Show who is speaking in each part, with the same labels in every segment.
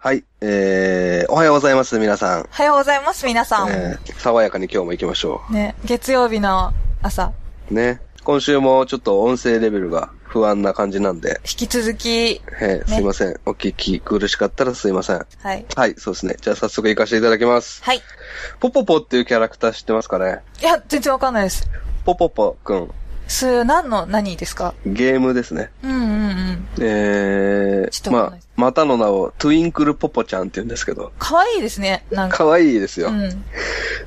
Speaker 1: はい、えー、おはようございます、皆さん。
Speaker 2: おはようございます、皆さん。
Speaker 1: えー、爽やかに今日も行きましょ
Speaker 2: ね、月曜日の朝、
Speaker 1: う。ね。今週もちょっと音声レベルが不安な感じなんで、
Speaker 2: 引き続き、
Speaker 1: えーすいません。お聞き苦しかったらすいません。
Speaker 2: はい。
Speaker 1: はい、そうですね。じゃあ早速行かせていただきます。
Speaker 2: はい。い
Speaker 1: ポポポっていうキャラクター知ってますかね
Speaker 2: や、全然わかんないです。
Speaker 1: ポポポくん、
Speaker 2: それ、何の、何ですか
Speaker 1: ゲームですね。
Speaker 2: うんうんうん。
Speaker 1: え
Speaker 2: ち
Speaker 1: ー、
Speaker 2: ょっとわか
Speaker 1: ま
Speaker 2: ん
Speaker 1: あ
Speaker 2: ないです、
Speaker 1: またの名をトゥインクルポポちゃんって言うんですけど、
Speaker 2: 可愛いですね、なんか。
Speaker 1: 可愛いですよ。
Speaker 2: うん。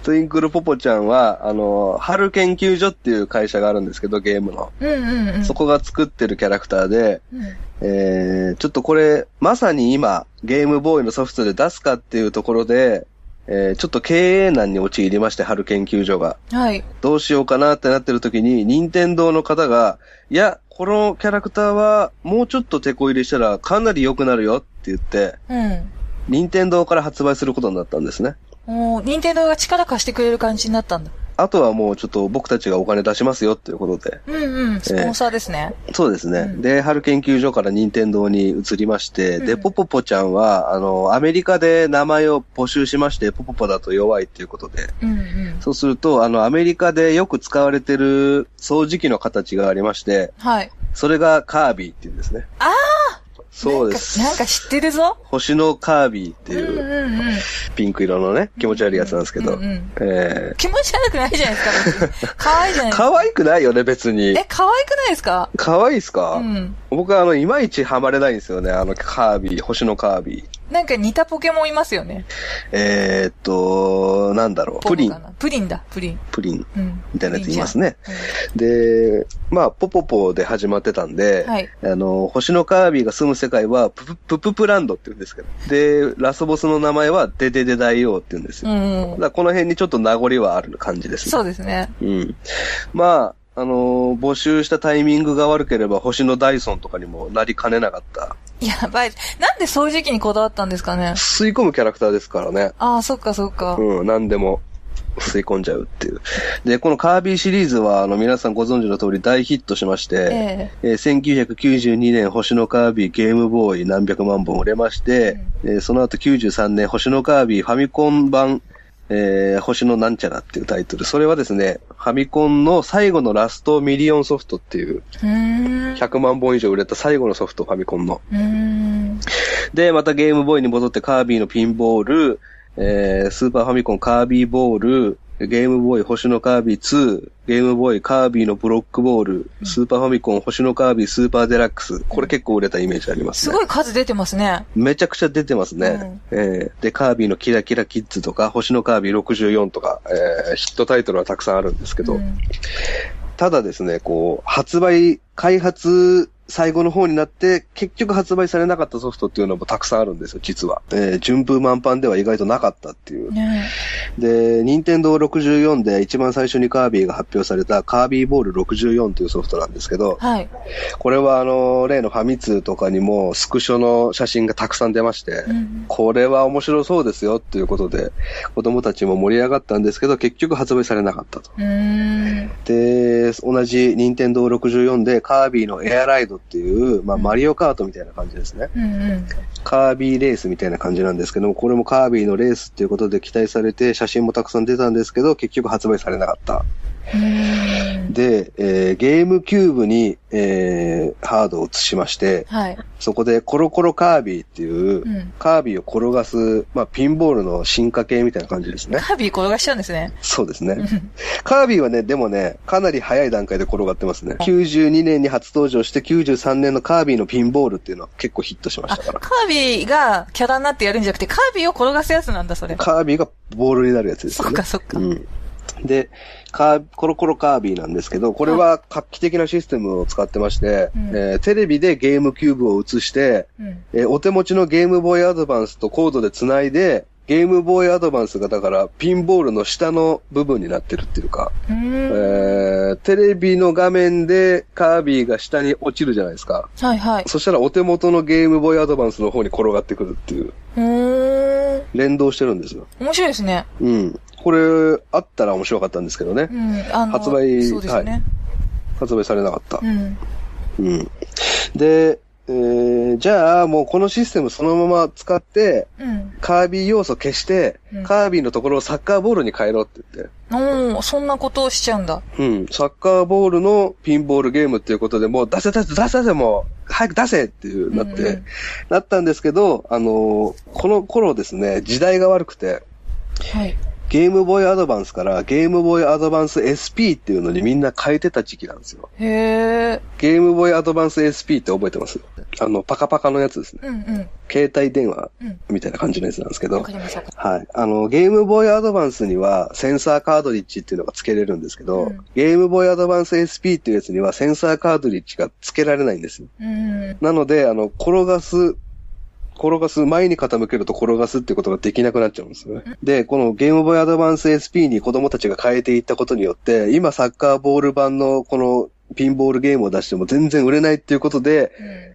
Speaker 1: トゥインクルポポちゃんは、あの、春研究所っていう会社があるんですけど、ゲームの。
Speaker 2: うんうんうん。
Speaker 1: そこが作ってるキャラクターで、
Speaker 2: うん。
Speaker 1: えー、ちょっとこれ、まさに今、ゲームボーイのソフトで出すかっていうところで、えー、ちょっと経営難に陥りまして、春研究所が。
Speaker 2: はい。
Speaker 1: どうしようかなってなってる時に、任天堂の方が、いや、このキャラクターは、もうちょっと手こ入れしたらかなり良くなるよって言って、
Speaker 2: うん。
Speaker 1: 任天堂から発売することになったんですね。
Speaker 2: もう、任天堂が力貸してくれる感じになったんだ。
Speaker 1: あとはもうちょっと僕たちがお金出しますよっていうことで。
Speaker 2: うんうん。スポンサーですね。
Speaker 1: そうですね。
Speaker 2: うん
Speaker 1: で、春研究所から任天堂に移りまして、
Speaker 2: うん
Speaker 1: で、ポポポちゃんは、あの、アメリカで名前を募集しまして、ポポポだと弱いっていうことで、
Speaker 2: うんうん。
Speaker 1: そうすると、あの、アメリカでよく使われてる掃除機の形がありまして、
Speaker 2: はい。
Speaker 1: それがカービィっていうんですね。
Speaker 2: あ
Speaker 1: そうです。
Speaker 2: なんかなんか知ってるぞ。
Speaker 1: 星のカービィって
Speaker 2: うんう
Speaker 1: いうん
Speaker 2: うん。
Speaker 1: ピンク色のね、気持ち悪いやつなんですけど、
Speaker 2: うんうん
Speaker 1: え
Speaker 2: 気持ち悪くないじゃないですか、別に。可愛いじゃな
Speaker 1: ー、
Speaker 2: いですか。
Speaker 1: 可愛くないよね、別に
Speaker 2: え。、可愛くないですか
Speaker 1: 可愛いっすか、
Speaker 2: うん。
Speaker 1: 僕はあの、いまいちハマれないんですよね、あの、カービィ、星のカービィ。
Speaker 2: なんか似たポケモンいますよね。
Speaker 1: えー、っと、なんだろう、プリ
Speaker 2: ポムか
Speaker 1: ン、
Speaker 2: な。プリンだ、プリン。
Speaker 1: プリン
Speaker 2: うん。
Speaker 1: みたいなやついますね。
Speaker 2: プリンじ
Speaker 1: で、まあ、ポポポで始まってたんで、
Speaker 2: はい
Speaker 1: あの、星のカービィが住む世界は、プププププランドって言うんですけど、で、ラスボスの名前は、デデデ大王って言うんです
Speaker 2: ゃ
Speaker 1: よ。
Speaker 2: ん。
Speaker 1: だ
Speaker 2: うん
Speaker 1: か。らこの辺にちょっと名残はある感じですね。
Speaker 2: そうですね。
Speaker 1: うん。まあ、あのー募集したタイミングが悪ければ、星のダイソンとかにもなりかねなかった。
Speaker 2: やばい。なんで掃除機にこだわったんですかね。
Speaker 1: 吸い込むキャラクターですからね。
Speaker 2: ああ、そっかそっか。
Speaker 1: うん、何でも吸い込んじゃうっていう。で、このカービィシリーズは、あの、皆さんご存知の通り大ヒットしまして、
Speaker 2: ええ。
Speaker 1: えー1992年星のカービィゲームボーイ何百万本売れまして、えーその後93年星のカービィファミコン版、えー星のなんちゃらっていうタイトル。それはですね、ファミコンの最後のラストミリオンソフトっていう、
Speaker 2: うーん。
Speaker 1: 100万本以上売れた最後のソフト、ファミコンの。
Speaker 2: うーん。
Speaker 1: で、またゲームボーイに戻ってカービィのピンボール、えー、スーパーファミコンカービィボール、ゲームボーイ星のカービィ2、ゲームボーイカービィのブロックボール、スーパーファミコン星のカービィスーパーデラックス。これ結構売れたイメージあります
Speaker 2: す
Speaker 1: ね。
Speaker 2: ごい数出てますね。
Speaker 1: めちゃくちゃ出てますね、えーで、カービィのキラキラキッズとか、星のカービィ64とか、えーヒットタイトルはたくさんあるんですけど、
Speaker 2: うん
Speaker 1: ただですね、こう、発売、開発最後の方になって、結局発売されなかったソフトっていうのもたくさんあるんですよ、実は。えー順風満帆では意外となかったっていう。
Speaker 2: ね
Speaker 1: で、任天堂64で一番最初にカービィが発表されたカービィボール64というソフトなんですけど、
Speaker 2: はい。
Speaker 1: これはあの、例のファミ通とかにもスクショの写真がたくさん出まして
Speaker 2: う、ん
Speaker 1: これは面白そうですよっていうことで、子供たちも盛り上がったんですけど、結局発売されなかったと。
Speaker 2: うーん。
Speaker 1: で、同じ任天堂64でカービィのエアライドっていう、まあ、
Speaker 2: うん
Speaker 1: マリオカートみたいな感じですね。
Speaker 2: うんうん。
Speaker 1: カービィレースみたいな感じなんですけども、これもカービィのレースっていうことで期待されて、写真もたくさん出たんですけど、結局発売されなかった。
Speaker 2: うーん
Speaker 1: で、えーゲームキューブに、えーハードを移しまして、
Speaker 2: はい。
Speaker 1: そこでコロコロカービィっていう、
Speaker 2: うん
Speaker 1: カービィを転がす、まあ、ピンボールの進化系みたいな感じですね。
Speaker 2: カービィ転がしちゃうんですね。
Speaker 1: そうですね。
Speaker 2: うん
Speaker 1: カービィはね、でもね、かなり早い段階で転がってますね。92年に初登場して、93年のカービィのピンボールっていうのは結構ヒットしまし
Speaker 2: あ、
Speaker 1: たか
Speaker 2: カ
Speaker 1: ら。
Speaker 2: ービィがキャラになってやるんじゃなくて、カービィを転がすやつなんだ、それ。
Speaker 1: カービィがボールになるやつです
Speaker 2: そ
Speaker 1: よ
Speaker 2: っ
Speaker 1: ね
Speaker 2: か。そっか。
Speaker 1: うん。で、カーコロコロカービィなんですけど、これは画期的なシステムを使ってまして、
Speaker 2: うん
Speaker 1: えーテレビでゲームキューブを映して、
Speaker 2: うん
Speaker 1: えーお手持ちのゲームボーイアドバンスとコードで繋いで、ゲームボーイアドバンスがだからピンボールの下の部分になってるっていうか、
Speaker 2: うーん。
Speaker 1: えーテレビの画面でカービィが下に落ちるじゃないですか。
Speaker 2: はいはい。
Speaker 1: そしたらお手元のゲームボーイアドバンスの方に転がってくるっていう、
Speaker 2: うーん。
Speaker 1: 連動してるんですよ。
Speaker 2: 面白いですね。
Speaker 1: うん。これ、あったら面白かったんですけどね
Speaker 2: う。ん。あの、
Speaker 1: 発売
Speaker 2: そうですよね。
Speaker 1: 発売されなかった
Speaker 2: う。ん。
Speaker 1: うん。で、えー、じゃあ、もうこのシステムそのまま使って、
Speaker 2: うん。
Speaker 1: カービィ要素消して、
Speaker 2: うん
Speaker 1: カービィのところをサッカーボールに変えろって言って。
Speaker 2: おー、そんなことをしちゃうんだ。
Speaker 1: うん。サッカーボールのピンボールゲームっていうことで、もう出せ出せ出せ出せもう、早く出せっていうなって、
Speaker 2: うんうん
Speaker 1: なったんですけど、あのーこの頃ですね、時代が悪くて、
Speaker 2: はい。
Speaker 1: ゲームボーイアドバンスからゲームボーイアドバンス SP っていうのにみんな変えてた時期なんですよ。
Speaker 2: へえ。
Speaker 1: ゲームボーイアドバンス SP って覚えてますあの、パカパカのやつですね。
Speaker 2: うんうん。
Speaker 1: 携帯電話
Speaker 2: うん。
Speaker 1: みたいな感じのやつなんですけ
Speaker 2: わ
Speaker 1: ど
Speaker 2: か。りました。
Speaker 1: はい。あの、ゲームボーイアドバンスにはセンサーカードリッジっていうのが付けれるんですけど、
Speaker 2: うん
Speaker 1: ゲームボーイアドバンス SP っていうやつにはセンサーカードリッジが付けられないんですよ。
Speaker 2: うん。
Speaker 1: なので、あの、転がす、転がす、前に傾けると転がすってことができなくなっちゃうんですよね。で、このゲームボーイアドバンス SP に子供たちが変えていったことによって、今サッカーボール版のこのピンボールゲームを出しても全然売れないっていうことで、
Speaker 2: う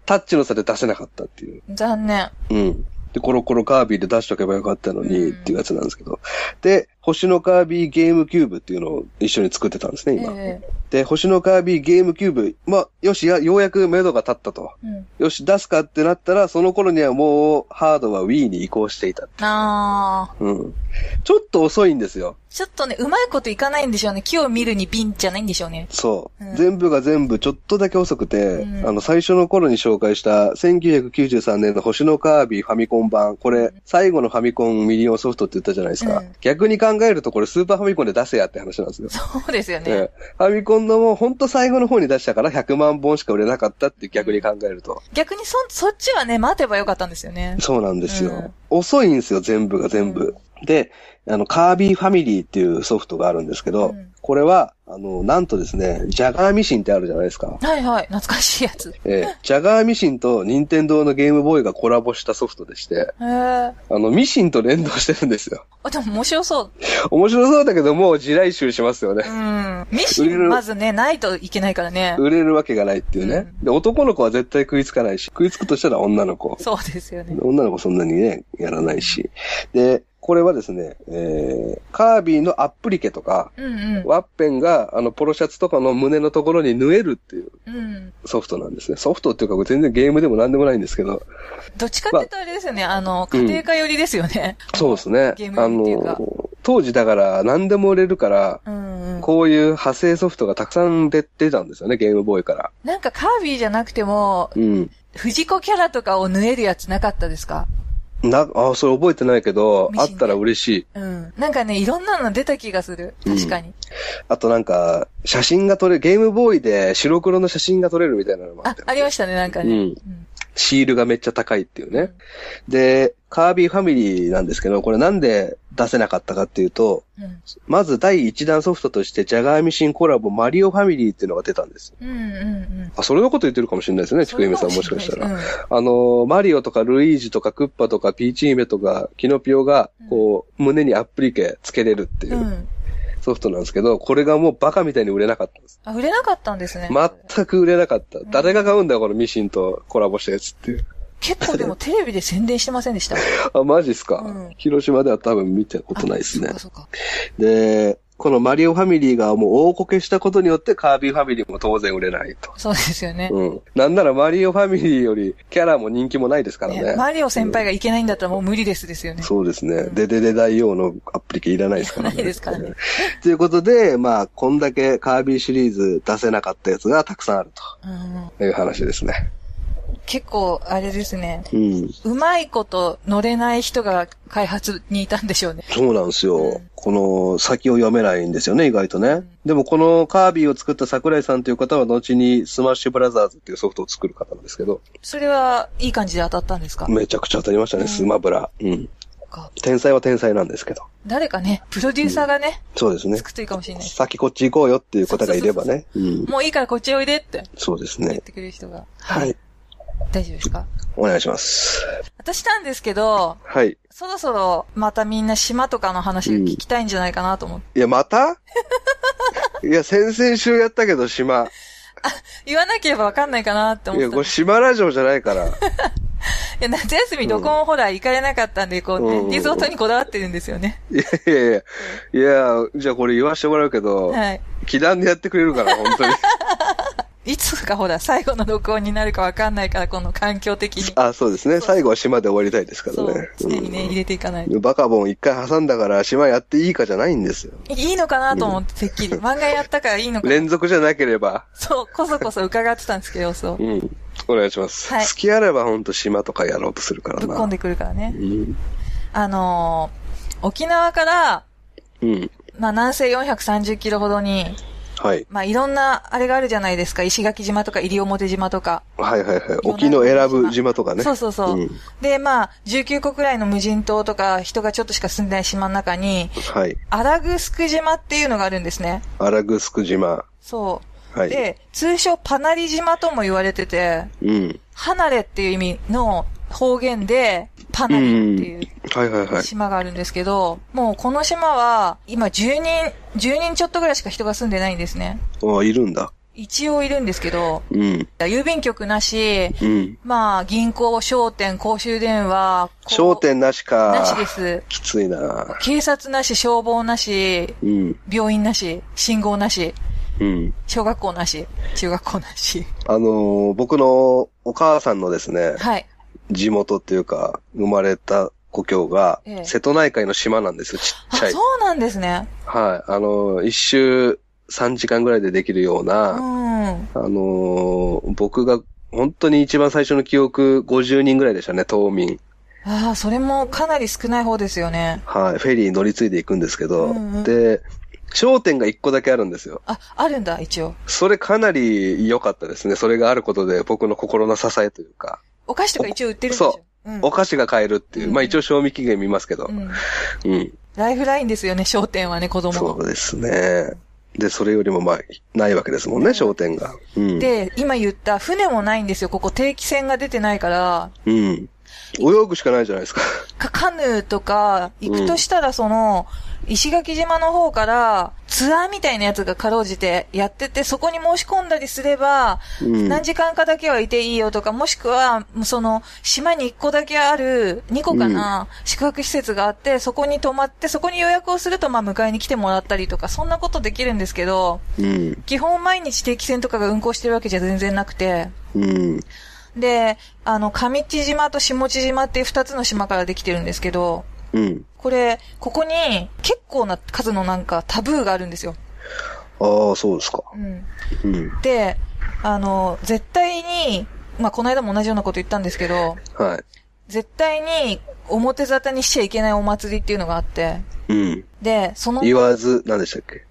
Speaker 1: タッチの差で出せなかったっていう。
Speaker 2: ん。残念。
Speaker 1: うん。で、コロコロカービィで出しとけばよかったのに、
Speaker 2: うん
Speaker 1: っていうやつなんですけど。で、星のカービィゲームキューブっていうのを一緒に作ってたんですね、今。
Speaker 2: ええ。
Speaker 1: で、星のカービィゲームキューブ、まあ、よしや、ようやく目処が立ったと。
Speaker 2: うん。
Speaker 1: よし、出すかってなったら、その頃にはもう、ハードは Wii に移行していた。
Speaker 2: あー。
Speaker 1: うん。ちょっと遅いんですよ。
Speaker 2: ちょっとね、うまいこといかないんでしょうね。木を見るに瓶じゃないんでしょうね。
Speaker 1: そう。
Speaker 2: うん
Speaker 1: 全部が全部ちょっとだけ遅くて、
Speaker 2: うん
Speaker 1: あの、最初の頃に紹介した、1993年の星のカービィファミコン版、これ、最後のファミコンミリオンソフトって言ったじゃないですか。
Speaker 2: うん
Speaker 1: 逆に考えると、これスーパーファミコンで出せやって話なんですよ。
Speaker 2: そうですよね。
Speaker 1: ええファミコンのもうほんと最後の方に出したから100万本しか売れなかったって逆に考えると。
Speaker 2: 逆にそ、そっちはね、待てばよかったんですよね。
Speaker 1: そうなんですよ。
Speaker 2: うん
Speaker 1: 遅いんですよ、全部が全部。で、あの、カービィファミリーっていうソフトがあるんですけど、
Speaker 2: うん
Speaker 1: これは、あの、なんとですね、ジャガーミシンってあるじゃないですか。
Speaker 2: はいはい。懐かしいやつ。へ
Speaker 1: えージャガーミシンと任天堂のゲームボーイがコラボしたソフトでして、
Speaker 2: え。あ、
Speaker 1: あの、ミシンと連動してるんですよ。
Speaker 2: でも面白そう。
Speaker 1: 面白そうだけど、もう地雷集しますよね
Speaker 2: う。ん。ミシン、まずね、ないといけないからね。
Speaker 1: 売れるわけがないっていうね。で、男の子は絶対食いつかないし、食いつくとしたら女の子。
Speaker 2: そうですよね。
Speaker 1: 女の子そんなにね、やらないし。で、これはですね、えー、カービィのアップリケとか、
Speaker 2: うんうん。
Speaker 1: ワッペンが、あの、ポロシャツとかの胸のところに縫えるっていう
Speaker 2: うん。
Speaker 1: ソフトなんですね。ソフトっていうか、これ全然ゲームでも何でもないんですけど、
Speaker 2: どっちかっていうとあれですよね。あの、家庭科寄りですよね。
Speaker 1: そうですね。
Speaker 2: ゲー
Speaker 1: あ
Speaker 2: ムっていうか
Speaker 1: の、当時だから何でも売れるから、
Speaker 2: うんうん。
Speaker 1: こういう派生ソフトがたくさん出出たんですよね、ゲームボーイから。
Speaker 2: なんかカービィじゃなくても、
Speaker 1: うん。
Speaker 2: 藤子キャラとかを縫えるやつなかったですか
Speaker 1: な、あ、それ覚えてないけど、
Speaker 2: ミ
Speaker 1: あ
Speaker 2: シンね
Speaker 1: ったら嬉しい。
Speaker 2: うん。なんかね、いろんなの出た気がする。確かに。
Speaker 1: あとなんか、写真が撮れ、ゲームボーイで白黒の写真が撮れるみたいなのもあっ
Speaker 2: あ
Speaker 1: た、よ
Speaker 2: ありましたね、なんか
Speaker 1: う
Speaker 2: ね
Speaker 1: ん。シールがめっちゃ高いっていうね。で、カービィファミリーなんですけど、これなんで出せなかったかっていうと、
Speaker 2: うん。うん。
Speaker 1: まず第1弾ソフトとして、ジャガーミシンコラボマリオファミリーっていうのが出たんです。
Speaker 2: うんうんうん。
Speaker 1: あ、それのこと言ってるかもしれないですね、ちくゆめさんもしかしたら。あの、マリオとかルイージとかクッパとかピーチーメとかキノピオが、こう、胸にアップリケつけれるってい
Speaker 2: うん。う。
Speaker 1: うんソフトなんですけど、これがもうバカみたいに売れなかったんです。
Speaker 2: あ、売れなかったんですね。
Speaker 1: 全く売れなかった。誰が買うんだよ、このミシンとコラボしたやつっていう。
Speaker 2: 結構でもテレビで宣伝してませんでした。
Speaker 1: あ、マジっすか、
Speaker 2: うん
Speaker 1: 広島では多分見たことないですね
Speaker 2: あ。そうかそうか。
Speaker 1: で、このマリオファミリーがもう大こけしたことによってカービィファミリーも当然売れないと。
Speaker 2: そうですよね。
Speaker 1: うん。なんならマリオファミリーよりキャラも人気もないですからね。
Speaker 2: ねマリオ先輩がいけないんだったらもう無理ですですよね。
Speaker 1: そうですね。ででで大王のアプリケいらないですからね。
Speaker 2: いらないですからね
Speaker 1: ということで、まあ、こんだけカービィシリーズ出せなかったやつがたくさんある
Speaker 2: うん、
Speaker 1: という話ですね。
Speaker 2: 結構、あれですね。
Speaker 1: うん。
Speaker 2: うまいこと乗れない人が開発にいたんでしょうね。
Speaker 1: そうなんですよ。
Speaker 2: うん
Speaker 1: この先を読めないんですよね、意外とね。でもこのカービィを作った桜井さんという方は後にスマッシュブラザーズっていうソフトを作る方なんですけど、
Speaker 2: それは、いい感じで当たったんですか
Speaker 1: めちゃくちゃ当たりましたね、
Speaker 2: うん
Speaker 1: スマブラ。うん。
Speaker 2: か
Speaker 1: 天才は天才なんですけど。
Speaker 2: 誰かね、プロデューサーがね、
Speaker 1: そうですね
Speaker 2: つ。くといいかもしれないです。
Speaker 1: 先こっち行こうよっていう方がいればね。うん。
Speaker 2: もういいからこっちおいでって
Speaker 1: そうです
Speaker 2: 言っ
Speaker 1: ね。
Speaker 2: てくれる人が。
Speaker 1: はい。。
Speaker 2: 大丈夫ですか
Speaker 1: お願いします。
Speaker 2: 私なんですけど、
Speaker 1: はい。
Speaker 2: そろそろまたみんな島とかの話が聞きたいんじゃないかなと思って。
Speaker 1: いや、ま たいや、先々週やったけど、島。
Speaker 2: 言わなければわかんないかなって思
Speaker 1: い
Speaker 2: っ
Speaker 1: や、
Speaker 2: てた
Speaker 1: これ島ラジオじゃない から。
Speaker 2: いや、夏休みどこもほら行かれなかったんで、こう、
Speaker 1: うん
Speaker 2: ね、リゾートにこだわってるんですよね。
Speaker 1: いやいやいや。いや、じゃあこれ言わしてもらうけど、
Speaker 2: はい。
Speaker 1: 気団でやってくれるから、本当に。
Speaker 2: いつかほら、最後の録音になるかわかんないから、この環境的に。
Speaker 1: あ、そうですね。最後は島で終わりたいですから
Speaker 2: そう
Speaker 1: ね。、
Speaker 2: 常にね、入れていかないと。
Speaker 1: うんバカボン一回挟んだから島やっていいかじゃないんですよ。
Speaker 2: いいのかなと思って、てっきり。漫画やったからいいのかな。
Speaker 1: 連続じゃなければ。
Speaker 2: そう、こそこそ伺ってたんですけど、そう。
Speaker 1: うん。お願いします。
Speaker 2: はい
Speaker 1: 好きあればほんと島とかやろうとするからな。
Speaker 2: ぶっこんでくるからね
Speaker 1: う。ん。
Speaker 2: あのー沖縄から、
Speaker 1: うん。
Speaker 2: まあ、南西430キロほどに、
Speaker 1: はい。
Speaker 2: まあ、いろんな、あれがあるじゃないですか。石垣島とか、西表島とか。
Speaker 1: はいはいはい。沖の選ぶ島とかね。
Speaker 2: そうそうそう。
Speaker 1: うん
Speaker 2: で、まあ、19個くらいの無人島とか、人がちょっとしか住んでない島の中に、
Speaker 1: はい。
Speaker 2: アラグスク島っていうのがあるんですね。
Speaker 1: アラグスク島。
Speaker 2: そう。
Speaker 1: はい。
Speaker 2: で、通称パナリ島とも言われてて、
Speaker 1: うん。
Speaker 2: 離れっていう意味の方言で、パナリっていう
Speaker 1: はいはいはい。
Speaker 2: 島があるんですけど、もうこの島は、今10人、10人ちょっとぐらいしか人が住んでないんですね。
Speaker 1: ああ、いるんだ。
Speaker 2: 一応いるんですけど、
Speaker 1: うん。
Speaker 2: 郵便局なし、
Speaker 1: うん。
Speaker 2: まあ、銀行、商店、公衆電話、こう
Speaker 1: 商店なしか。
Speaker 2: なしです。
Speaker 1: きついな
Speaker 2: 警察なし、消防なし、
Speaker 1: うん。
Speaker 2: 病院なし、信号なし、
Speaker 1: うん。
Speaker 2: 小学校なし、中学校な し。
Speaker 1: あのー僕のお母さんのですね、
Speaker 2: はい。
Speaker 1: 地元っていうか、生まれた故郷が
Speaker 2: ええ、
Speaker 1: 瀬戸内海の島なんですよ、ち
Speaker 2: あ、
Speaker 1: っちゃい。
Speaker 2: そうなんですね。
Speaker 1: はい。あのー一周3時間ぐらいでできるよう
Speaker 2: う
Speaker 1: な、
Speaker 2: ん。
Speaker 1: あのー僕が本当に一番最初の記憶、50人ぐらいでしたね、島民。
Speaker 2: ああ、それもかなり少ない方ですよね。
Speaker 1: はい。フェリーに乗り継いでいくんですけど、
Speaker 2: うんうん
Speaker 1: で、商店が1個だけあるんですよ。
Speaker 2: あ、あるんだ、一応。
Speaker 1: それかなり良かったですね。それがあることで僕の心の支えというか、
Speaker 2: お菓子とか一応売ってるんでしょ
Speaker 1: そ
Speaker 2: うん
Speaker 1: お菓子が買えるっていう。
Speaker 2: うん
Speaker 1: まあ一応賞味期限見ますけど
Speaker 2: う。ん。
Speaker 1: うん。
Speaker 2: ライフラインですよね、商店はね、子供
Speaker 1: そ
Speaker 2: の。
Speaker 1: うですね。で、それよりもまあ、ないわけですもんね、商店が。うん。
Speaker 2: で、今言った、船もないんですよ。ここ定期船が出てないから、
Speaker 1: うん。泳ぐしかないじゃないですか。
Speaker 2: かカヌーとか、行くとしたらその、石垣島の方から、ツアーみたいなやつがかろうじてやってて、そこに申し込んだりすれば、
Speaker 1: うん。
Speaker 2: 何時間かだけはいていいよとか、もしくは、その、島に1個だけある、2個かな、宿泊施設があって、そこに泊まって、そこに予約をすると、まあ、迎えに来てもらったりとか、そんなことできるんですけど、
Speaker 1: うん。
Speaker 2: 基本毎日定期船とかが運航してるわけじゃ全然なくて、
Speaker 1: うん。
Speaker 2: で、あの、上地島と下地島っていう2つの島からできてるんですけど、
Speaker 1: うん。
Speaker 2: これ、ここに結構な数のなんかタブーがあるんですよ。
Speaker 1: ああ、そうですか。
Speaker 2: うん。
Speaker 1: うん。
Speaker 2: で、あの、絶対に、まあ、この間も同じようなこと言ったんですけど、
Speaker 1: は
Speaker 2: 絶対に表沙汰にしちゃいけないお祭りっていうのがあって、
Speaker 1: い。うん。
Speaker 2: で、その、
Speaker 1: 言わず、何でしたっけ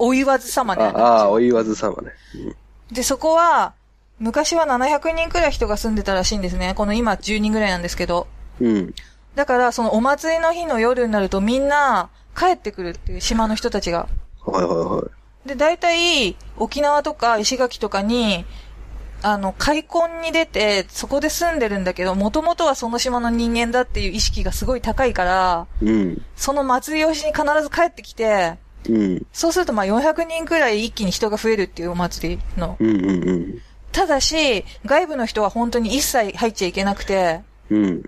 Speaker 2: おお言わず様
Speaker 1: あ
Speaker 2: ね。
Speaker 1: あー、お言わず様ね。うん
Speaker 2: で、そこは、昔は700人くらい人が住んでたらしいんですね。この今10人くらいなんですけど。
Speaker 1: うん。
Speaker 2: だから、そのお祭りの日の夜になるとみんな帰ってくるっていう島の人たちが。
Speaker 1: はいはいはい。
Speaker 2: で、大体、沖縄とか石垣とかに、あの、開墾に出て、そこで住んでるんだけど、もともとはその島の人間だっていう意識がすごい高いから、
Speaker 1: うん。
Speaker 2: その祭りをしに必ず帰ってきて、
Speaker 1: うん。
Speaker 2: そうするとまあ400人くらい一気に人が増えるっていうお祭りの。
Speaker 1: うんうんうん。
Speaker 2: ただし、外部の人は本当に一切入っちゃいけなくて、
Speaker 1: うん。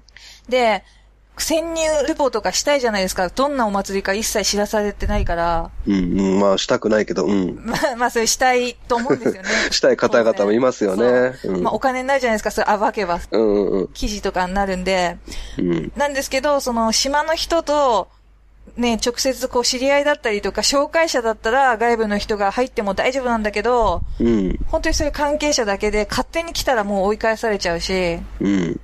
Speaker 2: で、潜入レポートがしたいじゃないですか。どんなお祭りか一切知らされてないから、
Speaker 1: うん。うん。まあ、したくないけど、うん。。
Speaker 2: まあ、まあ、それしたいと思うんですよね
Speaker 1: したい方々もいますよね
Speaker 2: そう
Speaker 1: うん
Speaker 2: まあ、お金になるじゃないですか。それ暴けば、
Speaker 1: うんうんうん。
Speaker 2: 記事とかになるんで。
Speaker 1: うん。
Speaker 2: なんですけど、その、島の人と、ね、直接こう、知り合いだったりとか、紹介者だったら、外部の人が入っても大丈夫なんだけど、
Speaker 1: うん。
Speaker 2: 本当にそういう関係者だけで、勝手に来たらもう追い返されちゃうし、
Speaker 1: うん。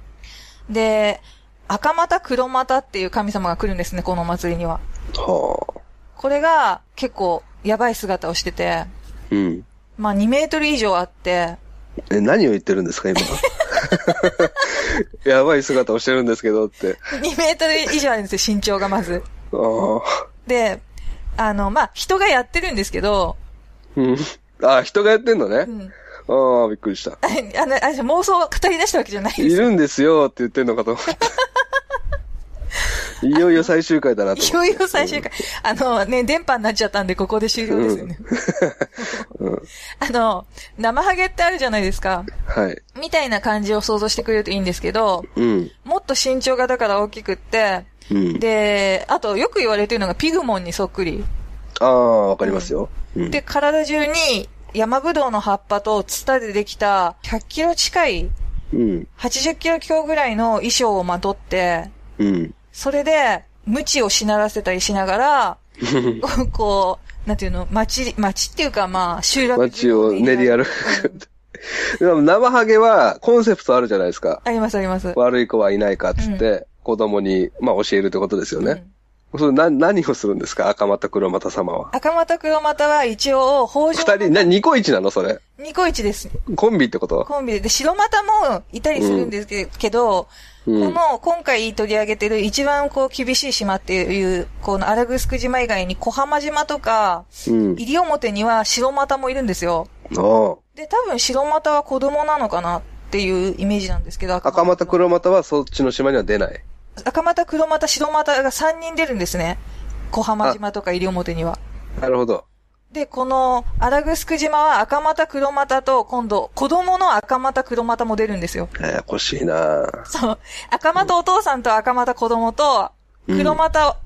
Speaker 2: で、赤股黒股っていう神様が来るんですね、このお祭りには。
Speaker 1: はあ。
Speaker 2: これが結構やばい姿をしてて、
Speaker 1: うん。
Speaker 2: まあ2メートル以上あって、
Speaker 1: え、何を言ってるんですか、今。やばい姿をしてるんですけどって。
Speaker 2: 2メートル以上あるんですよ、身長がまず。
Speaker 1: ああ。
Speaker 2: で、あの、まあ人がやってるんですけど、
Speaker 1: うん。ああ、人がやってんのね
Speaker 2: う。ん。
Speaker 1: ああ、びっくりした。
Speaker 2: ああの、あれ妄想を語り出したわけじゃない
Speaker 1: い
Speaker 2: です。
Speaker 1: るんですよって言ってんのかと思って。いよいよ最終回だなと思っ
Speaker 2: い
Speaker 1: て。
Speaker 2: よいよ最終回。あのね、電波になっちゃったんで、ここで終了ですよね。あの、生ハゲってあるじゃないですか。
Speaker 1: はい。
Speaker 2: みたいな感じを想像してくれるといいんですけど、
Speaker 1: うん。
Speaker 2: もっと身長がだから大きくって、
Speaker 1: うん。
Speaker 2: で、あとよく言われてるのがピグモンにそっくり。
Speaker 1: ああ、わかりますよ。うん。
Speaker 2: で、体中に山ぶどうの葉っぱとツタでできた100キロ近い、
Speaker 1: うん。
Speaker 2: 80キロ強ぐらいの衣装をまとって、
Speaker 1: うん。
Speaker 2: それで、無知をしならせたりしながら、こうこう、なんていうの、町、町っていうかまあ、集落。
Speaker 1: 街を練り歩く。でも、生ハゲはコンセプトあるじゃないですか。
Speaker 2: ありますあり ます。
Speaker 1: 悪い子はいないかっつって、子供に、まあ、教えるってことですよ
Speaker 2: う
Speaker 1: ね。
Speaker 2: ん
Speaker 1: それな、何をするんですか赤股黒股様は。
Speaker 2: 赤股黒股は一応、北
Speaker 1: 二
Speaker 2: 条
Speaker 1: 人、な、ニコイチなのそれ。
Speaker 2: ニコイチです。
Speaker 1: コンビってこと
Speaker 2: コンビで。で、白股もいたりするんですけけど、
Speaker 1: う
Speaker 2: こ
Speaker 1: ん。
Speaker 2: の、今回取り上げてる一番こう厳しい島っていう、この荒城島以外に小浜島とか、
Speaker 1: うん。
Speaker 2: 西表には白股もいるんですよ。
Speaker 1: あ
Speaker 2: で、多分白股は子供なのかなっていうイメージなんですけど、
Speaker 1: あ赤股黒股はそっちの島には出ない。
Speaker 2: 赤股、黒股、白股が3人出るんですね。小浜島とか西表には。
Speaker 1: なるほど。
Speaker 2: で、この、荒城島は赤股、黒股と、今度、子供の赤股、黒股も出るんですよ。
Speaker 1: ややこしいな
Speaker 2: そう。赤股お父さんと赤股子供と、
Speaker 1: うん
Speaker 2: 黒股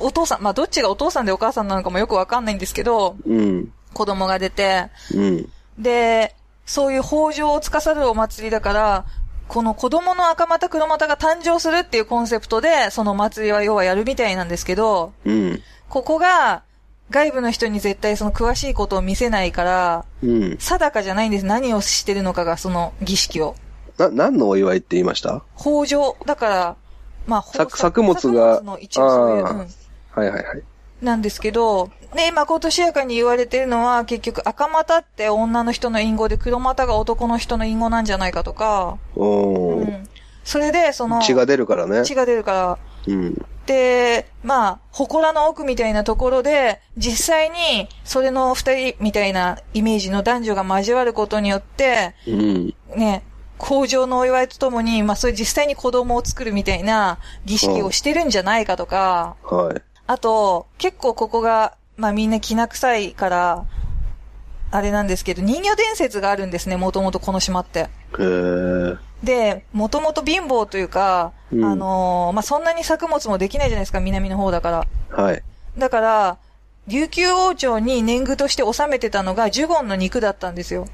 Speaker 2: お父さん、まあ、どっちがお父さんでお母さんなのかもよくわかんないんですけど、
Speaker 1: うん。
Speaker 2: 子供が出て、
Speaker 1: うん。
Speaker 2: で、そういう北条を司るお祭りだから、この子供の赤股黒股が誕生するっていうコンセプトで、その祭りは要はやるみたいなんですけど、
Speaker 1: うん。
Speaker 2: ここが、外部の人に絶対その詳しいことを見せないから、
Speaker 1: うん。
Speaker 2: 定かじゃないんです。何をしてるのかが、その儀式を。
Speaker 1: な、何のお祝いって言いました
Speaker 2: 北条。だから、まあ、豊
Speaker 1: 作作物が
Speaker 2: 作物の一応そういう、
Speaker 1: あー
Speaker 2: うん
Speaker 1: はいはいはい。
Speaker 2: なんですけど、ね、今、ことしやかに言われてるのは、結局、赤股って女の人の隠語で、黒股が男の人の隠語なんじゃないかとか、
Speaker 1: お
Speaker 2: う
Speaker 1: ー。
Speaker 2: ん。それで、その、
Speaker 1: 血が出るからね。
Speaker 2: 血が出るから、
Speaker 1: うん。
Speaker 2: で、まあ、祠の奥みたいなところで、実際に、それの二人みたいなイメージの男女が交わることによって、
Speaker 1: うん。
Speaker 2: ね、工場のお祝いとともに、まあ、そういう実際に子供を作るみたいな儀式をしてるんじゃないかとか、
Speaker 1: はい。
Speaker 2: あと、結構ここが、まあ、みんなきな臭いから、あれなんですけど、人魚伝説があるんですね、もともとこの島って。
Speaker 1: へえ。
Speaker 2: で、もともと貧乏というか、
Speaker 1: うん
Speaker 2: あのーまあ、そんなに作物もできないじゃないですか、南の方だから。
Speaker 1: はい。
Speaker 2: だから、琉球王朝に年貢として納めてたのがジュゴンの肉だったんですよ。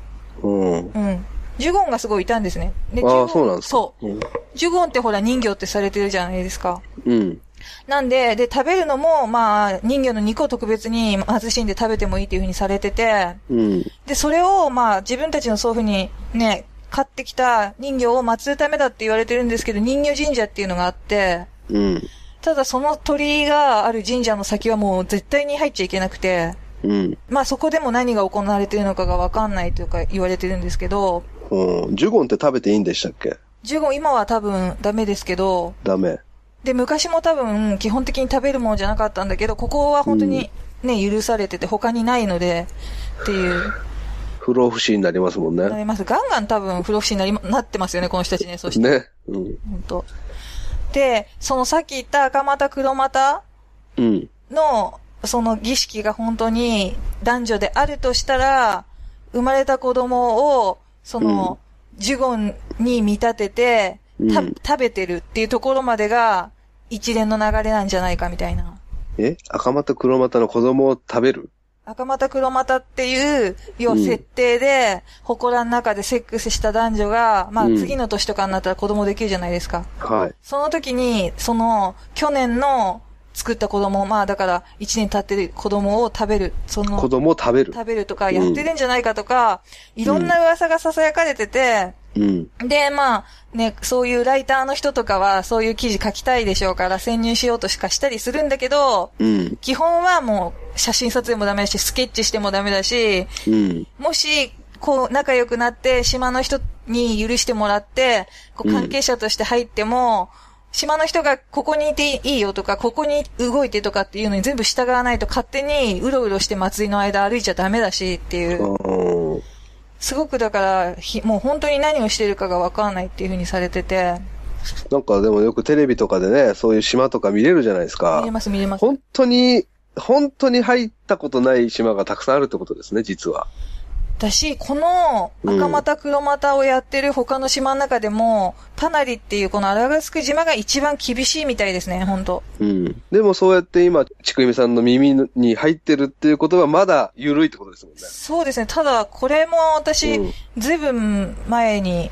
Speaker 1: うん。
Speaker 2: うん。ジュゴンがすごいいたんですね。でジュ
Speaker 1: ああ、
Speaker 2: ゴン
Speaker 1: そうなんですか。。
Speaker 2: そうう。ジュゴンってほら人魚ってされてるじゃないですか。
Speaker 1: うん。
Speaker 2: なんで、で、食べるのも、まあ、人魚の肉を特別に貧しいんで食べてもいいっていう風にされてて、
Speaker 1: うん。
Speaker 2: で、それを、まあ、自分たちの祖父にね、買ってきた人魚を祀るためだって言われてるんですけど、人魚神社っていうのがあって、
Speaker 1: うん。
Speaker 2: ただその鳥居がある神社の先はもう絶対に入っちゃいけなくて、
Speaker 1: うん。
Speaker 2: まあそこでも何が行われてるのかがわかんないというか言われてるんですけど、
Speaker 1: うん。ジュゴンって食べていいんでしたっけ
Speaker 2: ジュゴン今は多分ダメですけど、
Speaker 1: ダメ。
Speaker 2: で、昔も多分基本的に食べるものじゃなかったんだけど、ここは本当にね、許されてて他にないので、っていう、
Speaker 1: 不老不死になりますもん
Speaker 2: な
Speaker 1: ね。
Speaker 2: ります。ガンガン多分不老不死になりま、なってますよね、この人たちね、そして。
Speaker 1: ね。うん。
Speaker 2: 本当で、そのさっき言った赤股黒股
Speaker 1: うん。
Speaker 2: の、その儀式が本当に男女であるとしたら、生まれた子供を、その、ジュゴンに見立てて、た
Speaker 1: うん
Speaker 2: 食べてるっていうところまでが、一連の流れなんじゃないかみたいな。
Speaker 1: え赤股黒股の子供を食べる
Speaker 2: 赤股黒股っていう、要は設定で、祠の中でセックスした男女が、まあ
Speaker 1: うん
Speaker 2: 次の年とかになったら子供できるじゃないですか。
Speaker 1: はい。
Speaker 2: その時に、その、去年の作った子供、まあだから1年経ってる子供を食べる、その、
Speaker 1: 子供を食べる。
Speaker 2: 食べるとか、やってるんじゃないかとか、いろんな噂が囁かれてて、
Speaker 1: うん。
Speaker 2: で、まあ、ね、そういうライターの人とかは、そういう記事書きたいでしょうから、潜入しようとしかしたりするんだけど、
Speaker 1: うん。
Speaker 2: 基本はもう、写真撮影もダメだし、スケッチしてもダメだし、
Speaker 1: うん。
Speaker 2: もし、こう、仲良くなって、島の人に許してもらって、こう、
Speaker 1: うん
Speaker 2: 関係者として入っても、島の人がここにいていいよとか、ここに動いてとかっていうのに全部従わないと勝手にうろうろして祭りの間歩いちゃダメだしっていう
Speaker 1: あ。ー
Speaker 2: すごくだから、ひもう本当に何をしてるかがわかんないっていう風にされてて、
Speaker 1: なんかでもよくテレビとかでね、そういう島とか見れるじゃないです
Speaker 2: 見
Speaker 1: か
Speaker 2: れ。ます見れます。
Speaker 1: 本当に、本当に入ったことない島がたくさんあるってことですね、実は。
Speaker 2: だし、この赤股黒股をやってる他の島の中でも、パナリっていうこのアラガスク島が一番厳しいみたいですね、本当
Speaker 1: うん。でもそうやって今、ちくゆみさんの耳に入ってるっていうことはまだ緩いってことですもんね。
Speaker 2: そうですね、ただこれも私、
Speaker 1: うん
Speaker 2: ずいぶん前に、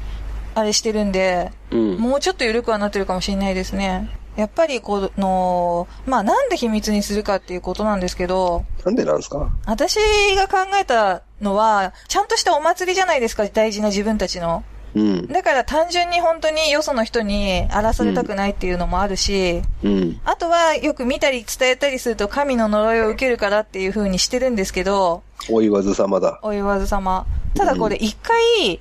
Speaker 2: あれしてるんで、
Speaker 1: うん。
Speaker 2: もうちょっと緩くはなってるかもしれないですね。やっぱり、この、まあ、なんで秘密にするかっていうことなんですけど、
Speaker 1: なんでなんですか
Speaker 2: 私が考えたのは、ちゃんとしたお祭りじゃないですか、大事な自分たちの。
Speaker 1: うん。
Speaker 2: だから単純に本当によその人に荒らされたくないっていうのもあるし、
Speaker 1: うん。
Speaker 2: あとはよく見たり伝えたりすると神の呪いを受けるからっていう風にしてるんですけど、
Speaker 1: お言わずさまだ。
Speaker 2: お言わずさま。ただこれ一回、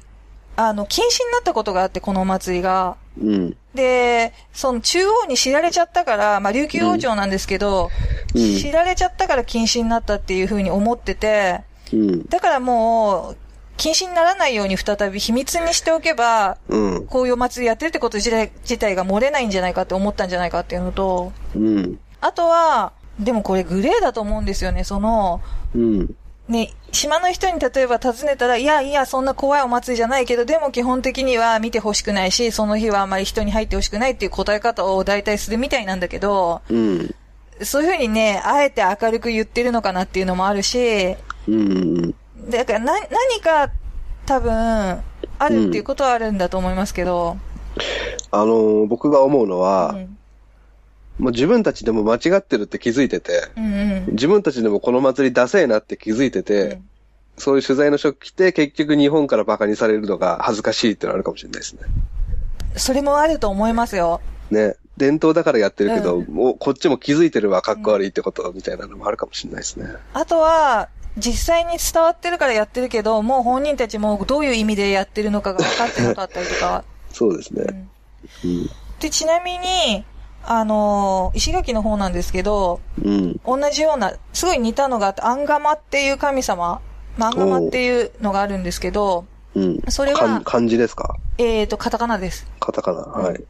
Speaker 2: あの、禁止になったことがあって、このお祭りが。
Speaker 1: うん。
Speaker 2: で、その中央に知られちゃったから、まあ、琉球王朝なんですけど、
Speaker 1: うんうん
Speaker 2: 知られちゃったから禁止になったっていう風に思ってて、
Speaker 1: うん。
Speaker 2: だからもう、禁止にならないように再び秘密にしておけば、
Speaker 1: うん。
Speaker 2: こういうお祭りやってるってこと自体自体が漏れないんじゃないかって思ったんじゃないかっていうのと、
Speaker 1: うん。
Speaker 2: あとは、でもこれグレーだと思うんですよね、その、
Speaker 1: うん。
Speaker 2: ね、島の人に例えば尋ねたら、いやいや、そんな怖いお祭りじゃないけど、でも基本的には見てほしくないし、その日はあまり人に入ってほしくないっていう答え方を大体するみたいなんだけど、
Speaker 1: うん。
Speaker 2: そういうふうにね、あえて明るく言ってるのかなっていうのもあるし、
Speaker 1: うん。
Speaker 2: だからな、何か多分、あるっていうことはあるんだと思いますけど、
Speaker 1: あのー僕が思うの
Speaker 2: う
Speaker 1: は、
Speaker 2: ん、
Speaker 1: もう自分たちでも間違ってるって気づいてて、
Speaker 2: うんうん。
Speaker 1: 自分たちでもこの祭りダセえなって気づいてて、
Speaker 2: うん
Speaker 1: そういう取材の職来て結局日本からバカにされるのが恥ずかしいってのあるかもしれないですね。
Speaker 2: それもあると思いますよ。
Speaker 1: ね。伝統だからやってるけど、
Speaker 2: う
Speaker 1: もうこっちも気づいてるわ、かっこ悪いってこと、みたいなのもあるかもしれないですね。
Speaker 2: あとは、実際に伝わってるからやってるけど、もう本人たちもどういう意味でやってるのかが分かってなかったりとか。
Speaker 1: そうですね
Speaker 2: う。ん
Speaker 1: うん。
Speaker 2: で、ちなみに、あのー石垣の方なんですけど、
Speaker 1: うん。
Speaker 2: 同じような、すごい似たのがあって、アンガマっていう神様、まあアンガマっていうのがあるんですけど、
Speaker 1: うん。
Speaker 2: それは
Speaker 1: 漢漢字ですか
Speaker 2: えーと、カタカナです。
Speaker 1: カタカナ。はい。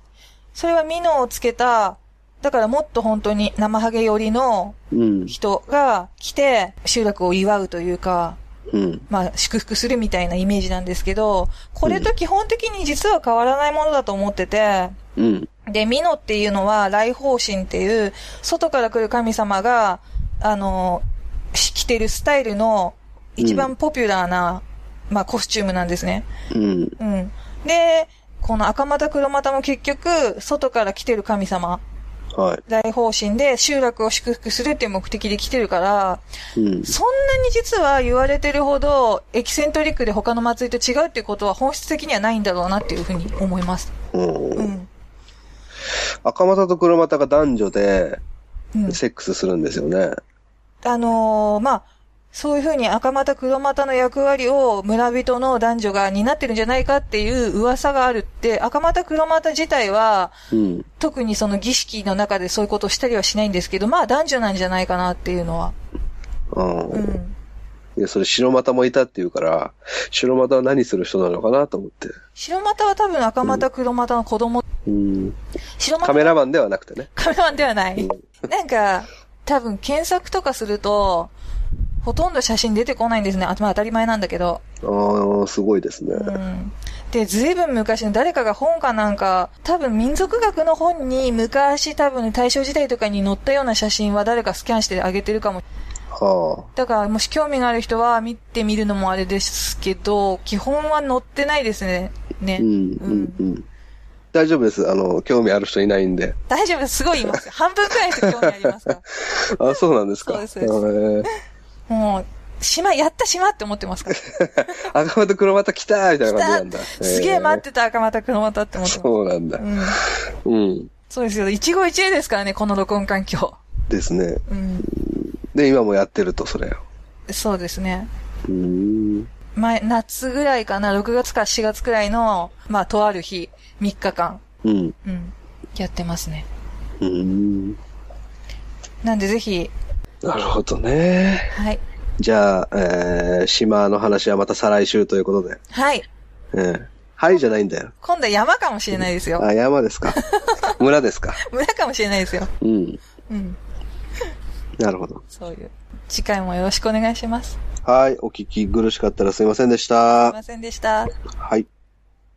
Speaker 2: それはミノをつけた、だからもっと本当に生ハゲ寄りの
Speaker 1: うん。
Speaker 2: 人が来て、集落を祝うというか、
Speaker 1: うん。
Speaker 2: まあ、祝福するみたいなイメージなんですけど、これと基本的に実は変わらないものだと思ってて、
Speaker 1: うん。
Speaker 2: で、ミノっていうのは、来訪神っていう、外から来る神様が、あの、し着てるスタイルの、一番ポピュラーな、まあ、コスチュームなんですね。
Speaker 1: うん。
Speaker 2: うん。で、この赤股黒股も結局、外から来てる神様、
Speaker 1: はい。
Speaker 2: 来訪神で集落を祝福するっていう目的で来てるから、
Speaker 1: うん。
Speaker 2: そんなに実は言われてるほど、エキセントリックで他の祭りと違うっていうことは本質的にはないんだろうなっていうふうに思います。
Speaker 1: う、
Speaker 2: うんん。
Speaker 1: 赤股と黒股が男女で
Speaker 2: うん。
Speaker 1: セックスするんですよね。
Speaker 2: あのーまあ、そういうふうに赤股黒股の役割を村人の男女が担ってるんじゃないかっていう噂があるって、赤股黒股自体は、
Speaker 1: うん。
Speaker 2: 特にその儀式の中でそういうことをしたりはしないんですけど、まあ男女なんじゃないかなっていうのは。
Speaker 1: うん。
Speaker 2: うん。
Speaker 1: いや、それ白股もいたっていうから、白股は何する人なのかなと思って。
Speaker 2: 白股は多分赤股黒股の子供、
Speaker 1: うん。
Speaker 2: 白股
Speaker 1: カメラマンではなくてね。
Speaker 2: カメラマンではな
Speaker 1: う
Speaker 2: い
Speaker 1: ん。
Speaker 2: なんか、多分検索とかすると、ほとんど写真出てこないんですね。あまあ当たり前なんだけど。
Speaker 1: ああ、すごいですね。
Speaker 2: うん。で、ずいぶん昔の誰かが本かなんか、多分民族学の本に昔多分大正時代とかに載ったような写真は誰かスキャンしてあげてるかも。
Speaker 1: は
Speaker 2: だからもし興味がある人は見てみるのもあれですけど、基本は載ってないですね。ね。
Speaker 1: あ。うん、うん、うん。大丈夫です。あの、興味ある人いないんで。
Speaker 2: 大丈夫です。すごいいます。半分くらいの人興味あります か
Speaker 1: あ、そうなんですか。
Speaker 2: そうですそうで
Speaker 1: へ
Speaker 2: す
Speaker 1: ー
Speaker 2: ら。もう、島、やった島って思ってますから。
Speaker 1: 赤股黒股来たーみ たいな感じなんだ。。
Speaker 2: すげえ待っててた赤股黒股って思ってます。
Speaker 1: そうなんだ
Speaker 2: う。ん。
Speaker 1: うん。
Speaker 2: そうですよ。一期一会ですからね、この録音環境。
Speaker 1: ですね。
Speaker 2: うん。
Speaker 1: で、今もやってると、それを。
Speaker 2: そうですね。
Speaker 1: うーん。
Speaker 2: 前、夏ぐらいかな、6月か7月くらいの、まあ、とある日、3日間、
Speaker 1: うん。
Speaker 2: うん、やってますね。
Speaker 1: うーん。
Speaker 2: なんでぜひ、
Speaker 1: なるほどね。
Speaker 2: はい。
Speaker 1: じゃあ、えー、島の話はまた再来週ということで。
Speaker 2: はい。
Speaker 1: うん。はいじゃないんだよ。
Speaker 2: 今度は山かもしれないですよ。
Speaker 1: あ、山ですか。村ですか。
Speaker 2: 村かもしれないですよ。
Speaker 1: うん。
Speaker 2: うん。
Speaker 1: なるほど。
Speaker 2: そういう。次回もよろしくお願いします。
Speaker 1: はい。お聞き苦しかったらすいませんでし
Speaker 2: すい
Speaker 1: た。
Speaker 2: ませんでした。
Speaker 1: はい。